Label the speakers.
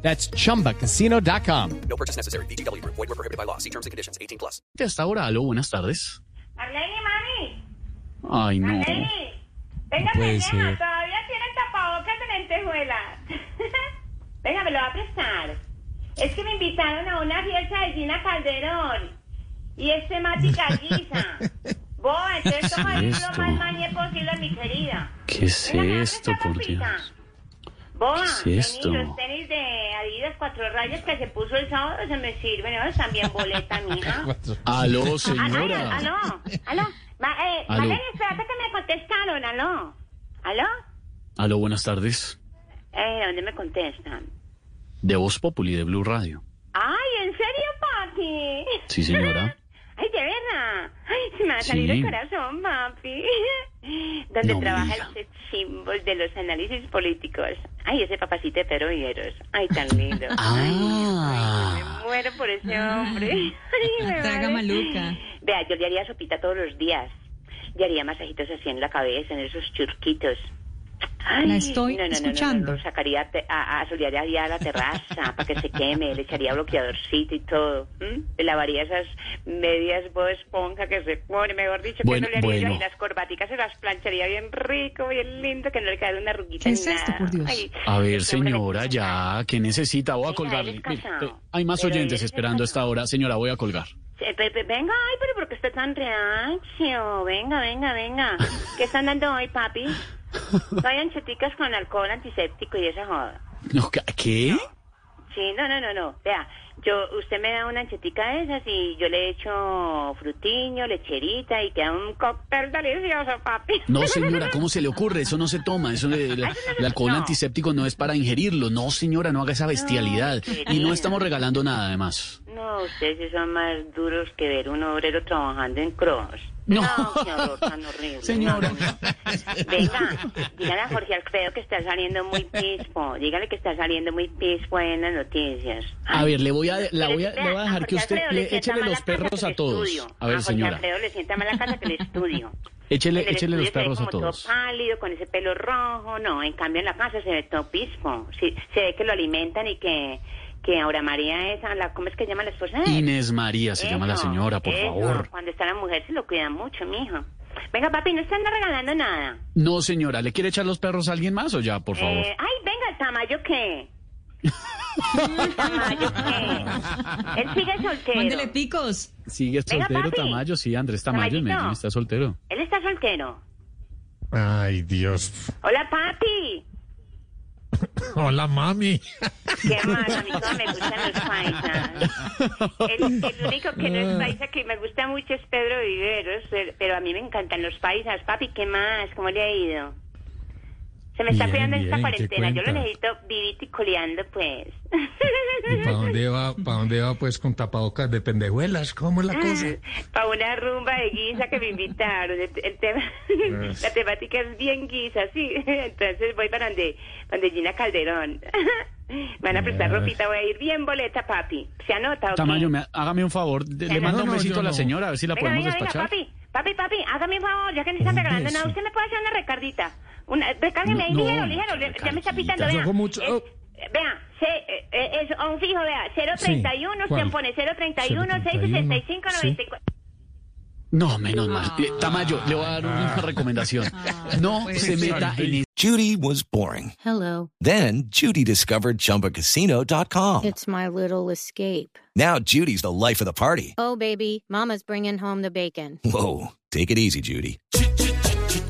Speaker 1: That's chumbacasino.com.
Speaker 2: No purchase necessary. BGW. Void were prohibited by law. See terms and conditions. 18 plus.
Speaker 3: Hasta ahora, aló, buenas tardes.
Speaker 4: Arlene, mami.
Speaker 3: Ay, no.
Speaker 4: Arlene. Venga,
Speaker 5: puede
Speaker 4: pendeja,
Speaker 5: ser.
Speaker 4: todavía tiene tapabocas de lentejuelas. Venga, me lo va a prestar. Es que me invitaron a una fiesta de Gina Calderón. Y es temática guisa. Boba, entonces toma
Speaker 3: ¿Qué
Speaker 4: el
Speaker 3: es
Speaker 4: culo
Speaker 3: esto?
Speaker 4: más mañe posible, mi querida.
Speaker 3: ¿Qué es
Speaker 4: Venga, me va a
Speaker 3: esto,
Speaker 4: prestar
Speaker 3: por
Speaker 4: ropita.
Speaker 3: Dios?
Speaker 4: Boba,
Speaker 3: ¿Qué es esto?
Speaker 4: vení, los tenis de Adidas cuatro rayas que se puso el sábado se me sirven. Ellos también boleta, mija.
Speaker 3: Aló,
Speaker 4: Aló,
Speaker 3: señora.
Speaker 4: aló, aló. Ma, eh,
Speaker 3: Aló.
Speaker 4: Valeria, espérate que me contestaron, aló. ¿Aló?
Speaker 3: Aló, buenas tardes.
Speaker 4: Eh, ¿dónde me contestan?
Speaker 3: De Voz Populi, de Blue Radio.
Speaker 4: Ay, ¿en serio, papi?
Speaker 3: Sí, señora.
Speaker 4: Ay, de verdad. Ay, se me va a salir
Speaker 3: Sí.
Speaker 4: el corazón, papi. Donde
Speaker 3: No me
Speaker 4: trabaja
Speaker 3: diga.
Speaker 4: el símbolo de los análisis políticos. Ay, ese papacito de Pedro Viveros. Ay, tan lindo. Ay,
Speaker 3: Ah,
Speaker 4: me muero por ese
Speaker 5: Ah.
Speaker 4: hombre. Ay, me vale.
Speaker 5: Traga maluca.
Speaker 4: Vea, yo le haría sopita todos los días. Le haría masajitos así en la cabeza, en esos churquitos. Ay,
Speaker 5: La estoy
Speaker 4: no, no, no, no,
Speaker 5: escuchando.
Speaker 4: No, no, sacaría a te- a, a solearía a la terraza para que se queme, le echaría bloqueadorcito y todo. ¿m? Le lavaría esas medias Bob esponja que se pone, mejor dicho,
Speaker 3: Bueno,
Speaker 4: que no le haría
Speaker 3: bueno.
Speaker 4: y las corbaticas se las plancharía bien rico, bien lindo, que no le quedara una arruguita
Speaker 5: ¿Qué
Speaker 4: ni
Speaker 5: es esto,
Speaker 4: nada.
Speaker 5: por Dios?
Speaker 4: Ay,
Speaker 3: a ver,
Speaker 4: ese hombre le
Speaker 3: señora,
Speaker 4: puso
Speaker 3: ya, ¿qué necesita? Voy a
Speaker 4: Venga,
Speaker 3: colgarle.
Speaker 4: eres
Speaker 3: Mire,
Speaker 4: casado.
Speaker 3: te- hay más
Speaker 4: Pero
Speaker 3: oyentes
Speaker 4: eres
Speaker 3: esperando a esta
Speaker 4: casado.
Speaker 3: hora. Señora, voy a colgar.
Speaker 4: Eh, pe- pe- venga, ay, pero ¿por qué está tan reacio? Venga, venga, venga. ¿Qué están dando hoy, papi? Vayan chuticas con alcohol antiséptico y esa joda.
Speaker 3: No, ¿ca- ¿Qué?
Speaker 4: Sí, no, no, no, no. Vea, yo, usted me da una anchetica de esas y yo le echo frutiño, lecherita y queda un cóctel delicioso, papi.
Speaker 3: No, señora, ¿cómo se le ocurre? Eso no se toma. Eso, le- el, el alcohol
Speaker 4: No.
Speaker 3: antiséptico no es para ingerirlo. No, señora, no haga esa bestialidad. Y no
Speaker 4: querida.
Speaker 3: estamos regalando nada, además.
Speaker 4: No, ustedes sí son más duros que ver un obrero trabajando en cross.
Speaker 3: No.
Speaker 4: qué horror Ah, tan horrible.
Speaker 3: Señora.
Speaker 4: No, no, no. Venga, dígale a Jorge Alfredo que está saliendo muy pispo. Dígale que está saliendo muy pispo en las noticias.
Speaker 3: A ver, le voy a, la voy a,
Speaker 4: Pero
Speaker 3: le voy a
Speaker 4: espera,
Speaker 3: dejar que
Speaker 4: Jorge
Speaker 3: usted
Speaker 4: Alfredo
Speaker 3: le
Speaker 4: sienta
Speaker 3: échele
Speaker 4: mal
Speaker 3: los
Speaker 4: la casa
Speaker 3: perros
Speaker 4: que
Speaker 3: a
Speaker 4: el
Speaker 3: todos.
Speaker 4: estudio.
Speaker 3: A ver,
Speaker 4: Jorge
Speaker 3: señora.
Speaker 4: Alfredo le sienta mala casa que el estudio.
Speaker 3: Échele,
Speaker 4: En el
Speaker 3: échele los
Speaker 4: estudio se ve
Speaker 3: perros a
Speaker 4: como
Speaker 3: todos.
Speaker 4: Todo pálido, con ese pelo rojo, no. En cambio, en la casa se ve todo pispo. Sí, se ve que lo alimentan y que, que Aura María esa, la, ¿cómo es que se llama la esposa? de él?
Speaker 3: Inés María se llama la
Speaker 4: Eso,
Speaker 3: señora, por
Speaker 4: eso.
Speaker 3: favor.
Speaker 4: Cuando está la mujer se lo cuida mucho, mijo. Venga, papi, no están regalando nada.
Speaker 3: No, señora, ¿le quiere echar los perros a alguien más o ya, por favor?
Speaker 4: Eh, ay, venga, el tamayo qué. ¿El tamayo qué? Él sigue soltero.
Speaker 5: Mándele picos.
Speaker 3: Sigue
Speaker 4: venga,
Speaker 3: soltero
Speaker 4: papi.
Speaker 3: Tamayo, sí, Andrés Tamayo en
Speaker 4: Tamayito.
Speaker 3: Medellín está soltero.
Speaker 4: Él está soltero.
Speaker 5: Ay, Dios.
Speaker 4: Hola, papi.
Speaker 5: Hola, mami.
Speaker 4: Qué más, a mí no me gustan los paisas. El, el único que no es paisa que me gusta mucho es Pedro Viveros, pero- pero a mí me encantan los paisas. Papi, ¿qué más? ¿Cómo le ha ido? Se me está
Speaker 5: Bien,
Speaker 4: cuidando esta
Speaker 5: bien, ¿qué
Speaker 4: cuarentena. Yo lo
Speaker 5: cuenta?
Speaker 4: necesito vivito y coleando, pues.
Speaker 5: ¿Y para dónde va, para dónde va pues con tapabocas de pendejuelas? ¿Cómo es la cosa?
Speaker 4: Para una rumba de guisa que me invitaron. El, el tema, la temática es bien guisa, sí. Entonces voy para donde, donde Gina Calderón. Me van a prestar
Speaker 5: Yes.
Speaker 4: ropita, voy a ir bien boleta, papi. ¿Se anota o qué?
Speaker 3: Tamayo, me- hágame un favor, de- le
Speaker 4: no,
Speaker 3: manda un
Speaker 5: no,
Speaker 3: besito
Speaker 5: yo
Speaker 3: a la
Speaker 5: no.
Speaker 3: señora, a ver si la
Speaker 4: Venga,
Speaker 3: podemos
Speaker 4: venga, venga,
Speaker 3: despachar.
Speaker 4: papi, papi, papi, hágame un favor, ya que me están
Speaker 5: Un
Speaker 4: regalando nada,
Speaker 5: beso.
Speaker 4: usted me puede hacer una recardita. Una, recárgueme ahí,
Speaker 3: No,
Speaker 4: ligero,
Speaker 3: no,
Speaker 4: ligero, le- ya me está pitando,
Speaker 3: recarguita.
Speaker 4: vea.
Speaker 5: Yo con mucho-
Speaker 4: Es-
Speaker 5: oh.
Speaker 4: Vea, se, eh, eh, es un fijo, vea, 031,
Speaker 5: Sí,
Speaker 4: usted
Speaker 5: ¿cuál?
Speaker 4: pone 031, 665, 94.
Speaker 3: No, menos
Speaker 4: Ah.
Speaker 3: mal. Eh, Tamayo, le voy a dar una recomendación. No
Speaker 5: pues,
Speaker 3: se meta
Speaker 5: Jordi.
Speaker 3: en
Speaker 6: Judy was boring.
Speaker 7: Hello,
Speaker 6: Then Judy discovered ChumbaCasino.com.
Speaker 7: it's my little escape.
Speaker 6: Now Judy's the life of the party.
Speaker 7: Oh, baby, Mama's bringing home the bacon.
Speaker 6: Whoa, take it easy, Judy.